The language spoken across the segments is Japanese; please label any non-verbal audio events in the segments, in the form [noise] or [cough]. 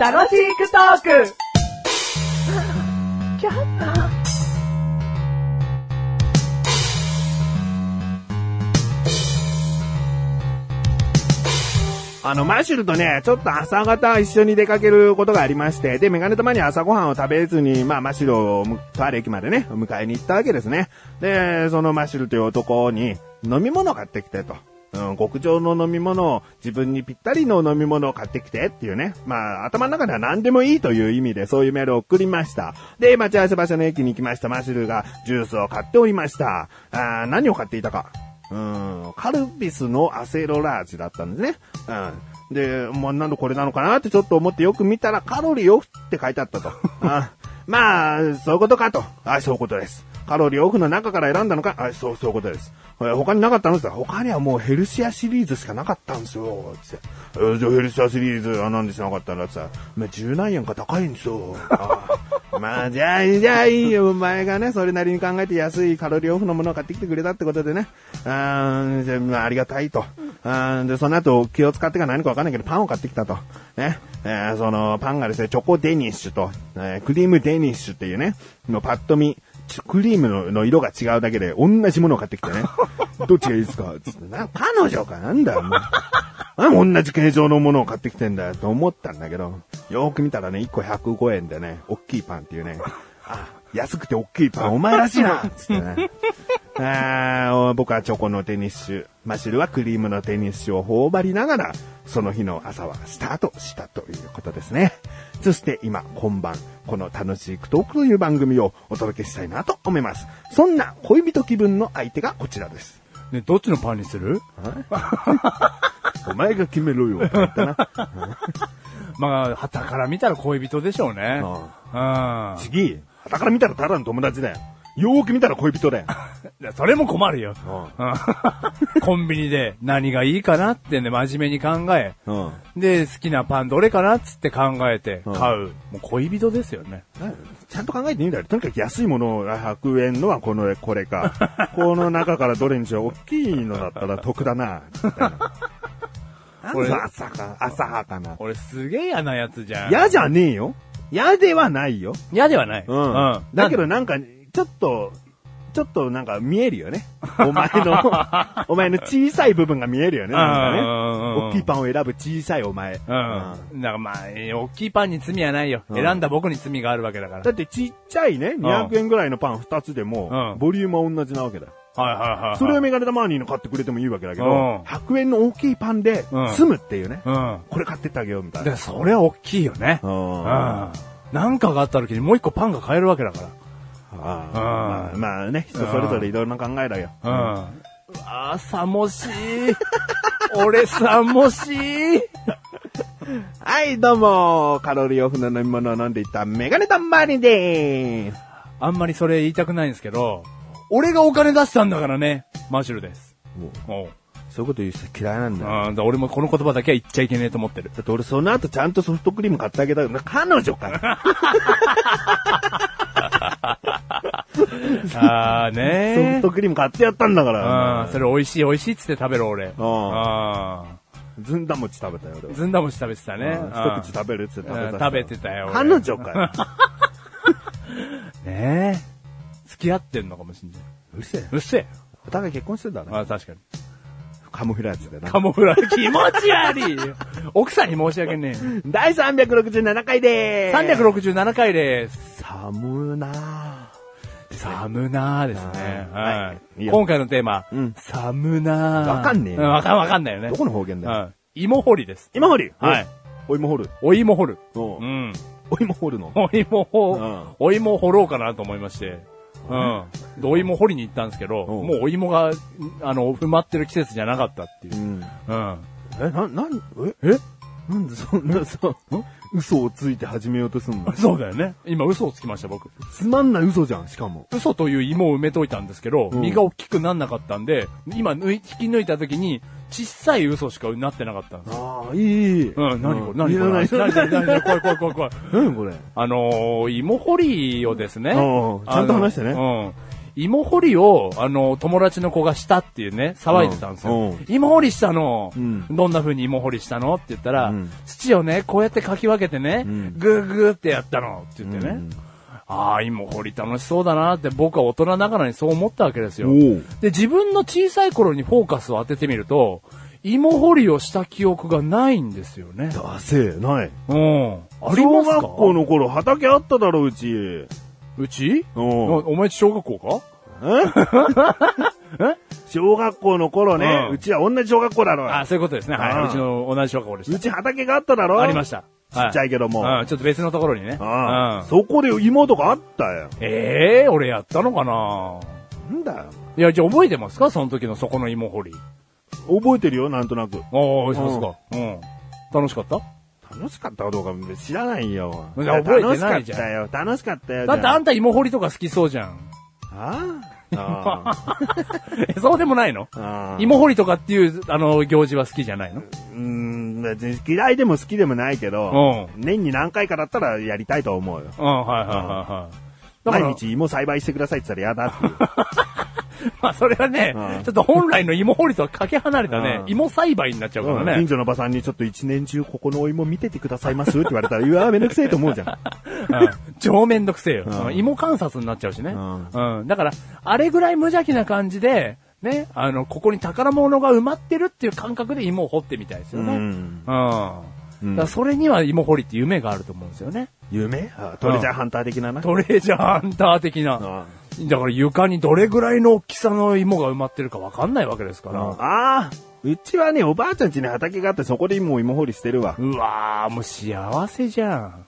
楽しくトークあの、マッシュルとね、ちょっと朝方一緒に出かけることがありまして、で、メガネたまに朝ごはんを食べずに、まあ、マッシュルをむ、とある駅までね、迎えに行ったわけですね。で、そのマッシュルという男に、飲み物を買ってきてと。うん、極上の飲み物を、自分にぴったりの飲み物を買ってきてっていうね。まあ、頭の中では何でもいいという意味で、そういうメールを送りました。で、待ち合わせ場所の駅に行きましたマッシュルが、ジュースを買っておりました。あー何を買っていたか。うん、カルピスのアセロラ味だったんですね。うん。で、まあ、なんでこれなのかなってちょっと思ってよく見たらカロリーオフって書いてあったと。あまあ、そういうことかと。あそういうことです。カロリーオフの中から選んだのかあそう、そういうことです。えー他になかったのです他にはもうヘルシアシリーズしかなかったんですよ。つって。えーじゃあヘルシアシリーズはなんでしなかったらさ、まあ、10何円か高いんですよ。あー [laughs] まあ、じゃあ、じゃあいいよ。お前がね、それなりに考えて安いカロリーオフのものを買ってきてくれたってことでね。うーん、じゃあ、まあ、ありがたいと。うーん、で、その後気を使ってか何かわかんないけど、パンを買ってきたと。ね。えーその、パンがですね、チョコデニッシュと、えークリームデニッシュっていうね、のパッと見、ちクリームのの色が違うだけで、同じものを買ってきてね。どっちがいいですかつってな、彼女かなんだよ、もうなんで同じ形状のものを買ってきてんだよと思ったんだけど、よーく見たらね、1個105円でね、おっきいパンっていうね、あ、安くておっきいパン、お前らしいなつって [laughs] ね。あー僕はチョコのテニッシュ、マシルはクリームのテニッシュを頬張りながら、その日の朝はスタートしたということですね。そして今、今晩、この楽しいクトークという番組をお届けしたいなと思います。そんな恋人気分の相手がこちらです。ね、どっちのパンにするお前が決めろよ、と言ったな。まあ、旗から見たら恋人でしょうね。うん。次、だから見たらただの友達だよ。よーく見たら恋人だよ。いやそれも困るよ。ううん [laughs] コンビニで何がいいかなってね、真面目に考え。ん。うん。で、好きなパンどれかなっつって考えてうん買う。もう恋人ですよね。ちゃんと考えていいんだよ。とにかく安いものを100円のはこの、これか。この中からどれにしよう。大きいのだったら得だな。みたいな。これなんか朝か、朝派かな。俺すげえ嫌なやつじゃん。嫌じゃねえよ。嫌ではないよ。嫌ではない。うん。だけどなんか、ちょっと、ちょっとなんか見えるよね。お前の、お前の小さい部分が見えるよね。なんかね。大大きいパンを選ぶ小さいお前。うんうん。だからまあ、えー大きいパンに罪はないよ。うん選んだ僕に罪があるわけだから。だってちっちゃいね、200円ぐらいのパン2つでもう、んボリュームは同じなわけだ。はいはいはいはい。それをメガネタマーニーの買ってくれてもいいわけだけど、うん100円の大きいパンでうん済むっていうね。うん。これ買ってってあげようみたいで、な。それは大きいよね。ううん。んなんかがあった時にもう一個パンが買えるわけだかあーまあまあね、人それぞれいろんな考えだよ。ら。うん。うわぁ、さもしい。俺さもしい。はい、どうも、カロリーオフの飲み物を飲んでいたメガネタマーニーでーす。あんまりそれ言いたくないんですけど、俺がお金出したんだからね。マシュルです。もうおう。そういうこと言う人嫌いなんだよ。うん。だ俺もこの言葉だけは言っちゃいけねえと思ってる。だって俺その後ちゃんとソフトクリーム買ってあげたけど、彼女かよ。 [laughs] あーソフねトクリーム買ってやったんだからうん。。それ美味しい美味しいっつって食べる俺。うん。ずんだ餅食べたよ、俺は。ずんだ餅食べてたね。うんうん一口食べるっつって食べさせうたん食べてたよ。俺彼女か [laughs] よ。ねえ。付き合ってんのかもしんない。うるせえ。うっせえ。お互い結婚してんだね。あ、確かに。カモフラージュでな。カモフラー気持ち悪いよ [laughs] 奥さんに申し訳ね第367回え。でーす。 367回で306。す。寒いな寒なーですね。うんはいはいいよ今回のテーマうん、寒なー。わかんねえうわかん、わかんないよね。ぁ。どこの方言だよ。うん芋掘りです。今掘りはい。お芋掘る。お芋掘る。おうん。芋掘るの。お芋うをん、お芋を掘ろうかなと思いまして。うん。でお芋掘りに行ったんですけど、うんもうお芋が、あの、埋まってる季節じゃなかったっていうう。ん。うん。え、な、なん、ええなんでそんなさ、嘘をついて始めようとすんのそうだよね。今嘘をつきました、僕。つまんない嘘じゃん、しかも。嘘という芋を埋めといたんですけど、うん身が大きくなんなかったんで、今抜い、引き抜いた時に、小さい嘘しかなってなかったんです。ああ、いい、いい。うん、何これ、い何やこれ、何いこれ、や何これ、何これ怖い怖い怖い怖い。何これあのー、芋掘りをですね。うんうんちゃんと話してねあのうん。芋掘りを、あの、友達の子がしたっていうね、騒いでたんですうんうよん。芋掘りしたの、うんどんな風に芋掘りしたのって言ったら、うん土をね、こうやってかき分けてね、んグーグーってやったのって言ってね。うんああ、芋掘り楽しそうだなって僕は大人ながらにそう思ったわけですよ。おうで、自分の小さい頃にフォーカスを当ててみると、芋掘りをした記憶がないんですよね。出せない。うん。ありま小すか学校の頃、畑あっただろう、うち。うちうおん。お前小学校 [laughs] 小学校の頃ね、ううんちは同じ小学校だろう。かあ、そういうことですね。はうい。んうちの同じ小学校でしうち畑があっただろた。ありましした。ちっちゃいけども。はいうん、ちょっと別のところにね。ああうんそこで芋とかあったよ。ええ俺やったのかななんだよ。いや、じゃあ覚えてますかその時のそこの芋掘り。覚えてるよ、なんとなく。おー、そうですか。うん。楽しかった楽しかったかどうか知らないよ。いや覚えてない楽しじかっゃたよ。楽しかったよ。だってあんんた芋掘りとか好きそうじゃん。ああ [laughs] あえ、そうでもないのあああ芋掘りとかっていう、あの、行事は好きじゃないのうーん、別に嫌いでも好きでもないけど、年に何回かだったらやりたいと思うよ。うん、はいはいはいはい。だから毎日芋栽培してくださいって言ったら嫌だっていう。まあそれはね、うんちょっと本来の芋掘りとはかけ離れたね、うん芋栽培になっちゃ [laughs] うから近ね。所のおばさんにちょっと一年中ここのお芋見ててくださいますって言わ [laughs] れたら、うわ、めんどくせえと思うじゃん。うん超めんどくせえよ、んうん芋観察になっちゃうしね。う。うんんだから、あれぐらい無邪気な感じで、ね、あの、ここに宝物が埋まってるっていう感覚で芋を掘ってみたいですよね。うう。んんだからそれには芋掘りって夢があると思うんですよね。夢あトレジャーハンター的なな。トレジャーハンター的な。あだから床にどれぐらいの大きさの芋が埋まってるかわかんないわけですから。あー、うちはね、おばあちゃん家に畑があってそこでもう芋掘りしてるわ。うわー、もう幸せじゃん。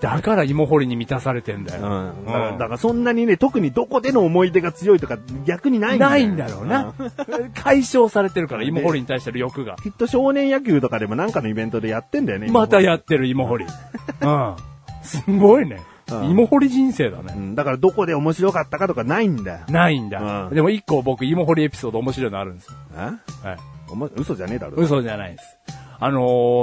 だから芋掘りに満たされてんだうよ。ん。だかうらんだからそんなにね、特にどこでの思い出が強いとか逆にないんだよないんだろうな。 [laughs] 解消されてるから、芋掘りに対しての欲が。きっと少年野球とかでもなんかのイベントでやってんだよね。またや。やってる芋掘り。うん。すごいね。うん芋掘り人生だうね。ん、だからどこで面白かったかとかないんだよ。ないんだ。うんでも一個僕芋掘りエピソード面白いのあるんですよ。あはい。お前、嘘じゃねえだろ。嘘じゃないです。あの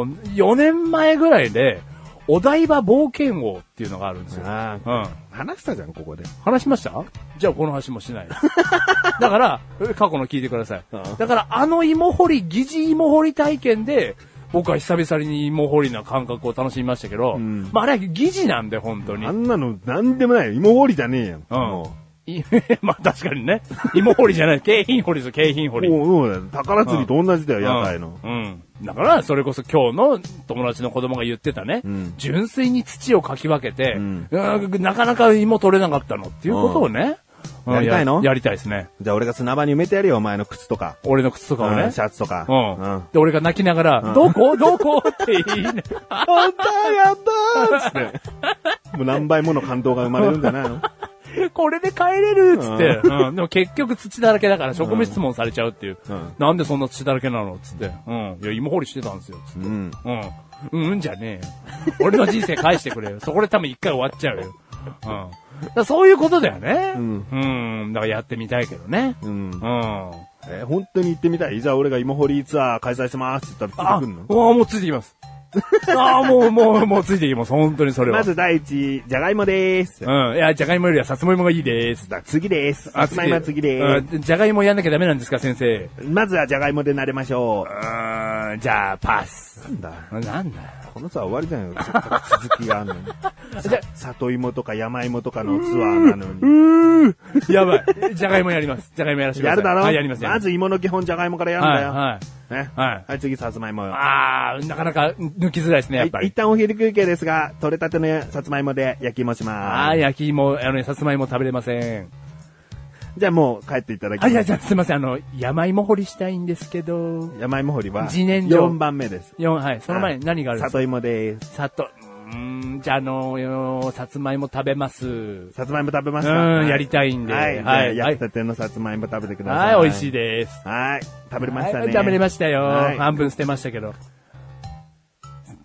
ー、4年前ぐらいで、お台場冒険王っていうのがあるんですよ。ああうん。話したじゃん、ここで。話しましたじゃあこの [laughs] 話もしないです。だから、え過去の聞いてくださいうん。だからあの芋掘り、疑似芋掘り体験で、僕は久々に芋掘りな感覚を楽しみましたけど、んまああれは疑似なんで本当に。あんなの、なんでもないよ。芋掘りじゃねえよ。うんも。い [laughs] まあ確かにね。芋掘りじゃない。景品掘りですよ、景品掘うり。もう、もう宝釣りと同じだよ、屋台の。うん。うんだから、それこそ今日の友達の子供が言ってたね、うん純粋に土をかき分けて、うんうんなかなか芋取れなかったのっていうことをね、うんやりたいのややりたいですね。じゃあ俺が砂場に埋めてやるよ、お前の靴とか。俺の靴とかをうねん。シャツとか。うん。で、俺が泣きながら、どこ [laughs] どこって言いな、やったーやったーつって。もう [laughs] 何倍もの感動が生まれるんじゃないの [laughs] これで帰れるっつって。うん。でも結局土だらけだから職務質問されちゃうっていううん。なんでそんな土だらけなのっつって。うん。いや、芋掘りしてたんですよ。つって。うん。うん。うん、うんじゃねえよ。俺の人生返して [laughs] くれよ。そこで多分一回終わっちゃうよ。うん。だからそういうことだよね。うん。だからやってみたいけどね。う。うんん。え、本当に行ってみたい。じゃあ俺が芋掘りツアー開催しますって言ったらあ、ついてくんうのわもうついてき [laughs] ます。ああ、もう、もう、もうついてきます。本当にそれは。まず第一、じゃがいもでーす。うん。いや、じゃがいもよりはさつまいもがいいです。だ次です。さつまいも次でーす。うんじゃがいもやんなきゃダメなんですか、先生。まずはじゃがいもで慣れましょうーん、じゃあ、パス。う。なんだなんだよ。このツアー終わりじゃんよ。せっかく続きがあるのに。 [laughs] じゃ里芋とか山芋とかのツアーなのに。やばい。じゃがいもやります。じゃがいもやらせてくだやるさいだろはい、やります。やりまず芋の基本じゃがいもからやまるす、んはだよ。い、はい。ね。はいはい、次さつまいもよ。あー、なかなか抜きづらいですね、やっぱはい一り。旦お昼休憩ですが、取れたてのさつまいもで焼き芋しあまー、す。焼き芋、あのね、さつまいも食べれません。じゃあもう帰っていただきまあ、いや、す。じゃあすいません、あの、山芋掘りしたいんですけど。山芋掘りは自然薯4番目です。 4、はい。その前に何があるんですか里芋です。さと、うーん、じゃあ、あのー、さつまいも食べます。さつまいも食べますうかんやりたいんではい。ははいい。じゃあ焼きたてのさつまいも食べてください。はい、美味しいで。です。はい。食べれましたはいね。食べれましたよ。はい半分捨てましたけど。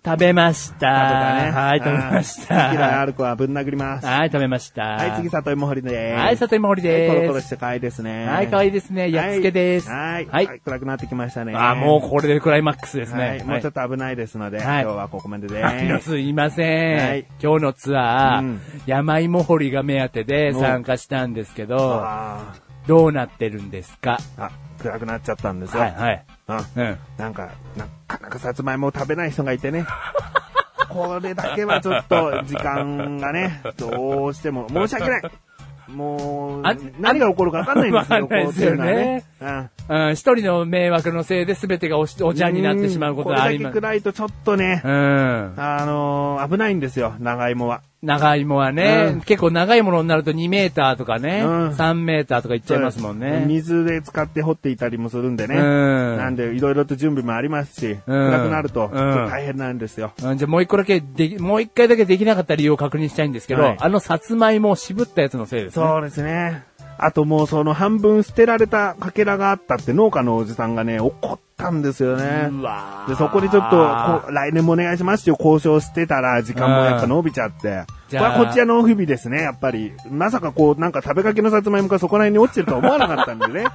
食べました。食べたね。はい、食べました。嫌いある子はぶん殴ります。ははい、食べました。い、次、里芋掘りでーす。はい、里芋掘りでコす。ロコロして可愛いですね。はい、可愛いですね。やっつけです。はい。ははいいはい。暗くなってきましたね。あー、もうこれでクライマックスですね。はい。もうちょっと。と危ないですので、はい今日はここまでであのーす。すいません、はい今日のツアー、うん山芋掘りが目当てで参加したんですけど、あどうなってるんですかーあ、暗くなっちゃったんですよ。はい、はい。うんうん。なんか、なかなかさつまいもを食べない人がいてね。 [laughs] これだけはちょっと時間がね、どうしても申し訳ない。もうあ、何が起こるかわかんないんですよ、 [laughs] わかんないこうっていうのはね。うんうん、一人の迷惑のせいで全てがおしお茶になってしまうことはありうんこれだまけす。暗いとちょっとね、うん。あのー危ないんですよ、長芋は。長芋はね、うん結構長いものになると2メーターとかね、うん3メーターとかいっちゃいますもんね。水で使って掘っていたりもするんでね。うんなんで、いろいろと準備もありますし、暗くなると、ちょっと大変なんですよ。うんじゃあもう一個だけでき、もう一回だけできなかった理由を確認したいんですけど、はいあのさつまいもを渋ったやつのせいですね。そうですね。あともうその半分捨てられたかけらがあったって農家のおじさんがね、怒ったんですよね。うわーでそこでちょっとこう、来年もお願いしますっていう交渉してたら、時間もやっぱ伸びちゃって。こじれゃあはこっちらの不備ですね、やっぱり。まさかこう、なんか食べかけのさつまいもがそこら辺に落ちてるとは思わなかったんで [laughs] ね。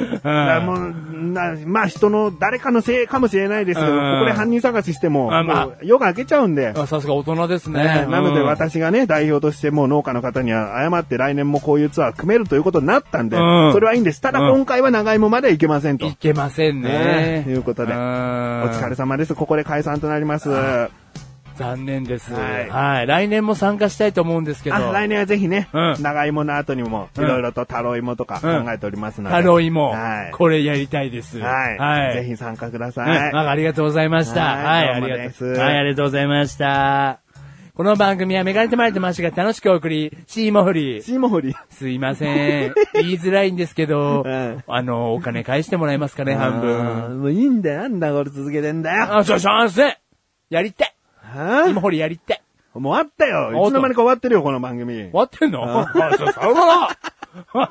だからもうなまあ人の誰かのせいかもしれないですけど、うんここで犯人探ししても、あまあもう夜が明けちゃうんで。あさすが大人ですね。ねなのでうん私がね、代表としてもう農家の方には謝って来年もこういうツアー組めるということになったんで、うんそれはいいんです。ただうん今回は長芋まではいけませんと。いけませんねね。いうことでおお疲疲れ。様です。ここで解散となります。残念です、ははいい。来年も参加したいと思うんですけど、あ、来年はぜひね、うん長芋の後にも、いろいろとタロイモとか考えておりますので。ハロイも、はい。これやりたいです。はい。はい。ぜひ参加くださ。はいい。ありがとうございました。ははいい、どうあもりでがすとう。はい、ありがとうございました。この番組はメガネとマレとマシュが楽しくお送り、シーモフリー。シーモフリー。すいませ [laughs] ん。言いづらいんですけどうん、あの、お金返してもらえますかね、半あー分。もういいんだよ。なんだこれ続けてんだよ。あ、ちょ、ちょ、すやりたい。はシーモフリーやりたい。あもう終わったよ。いつの間にか終わってるよ、この番組。終わってんのあ、ちょ、さよなら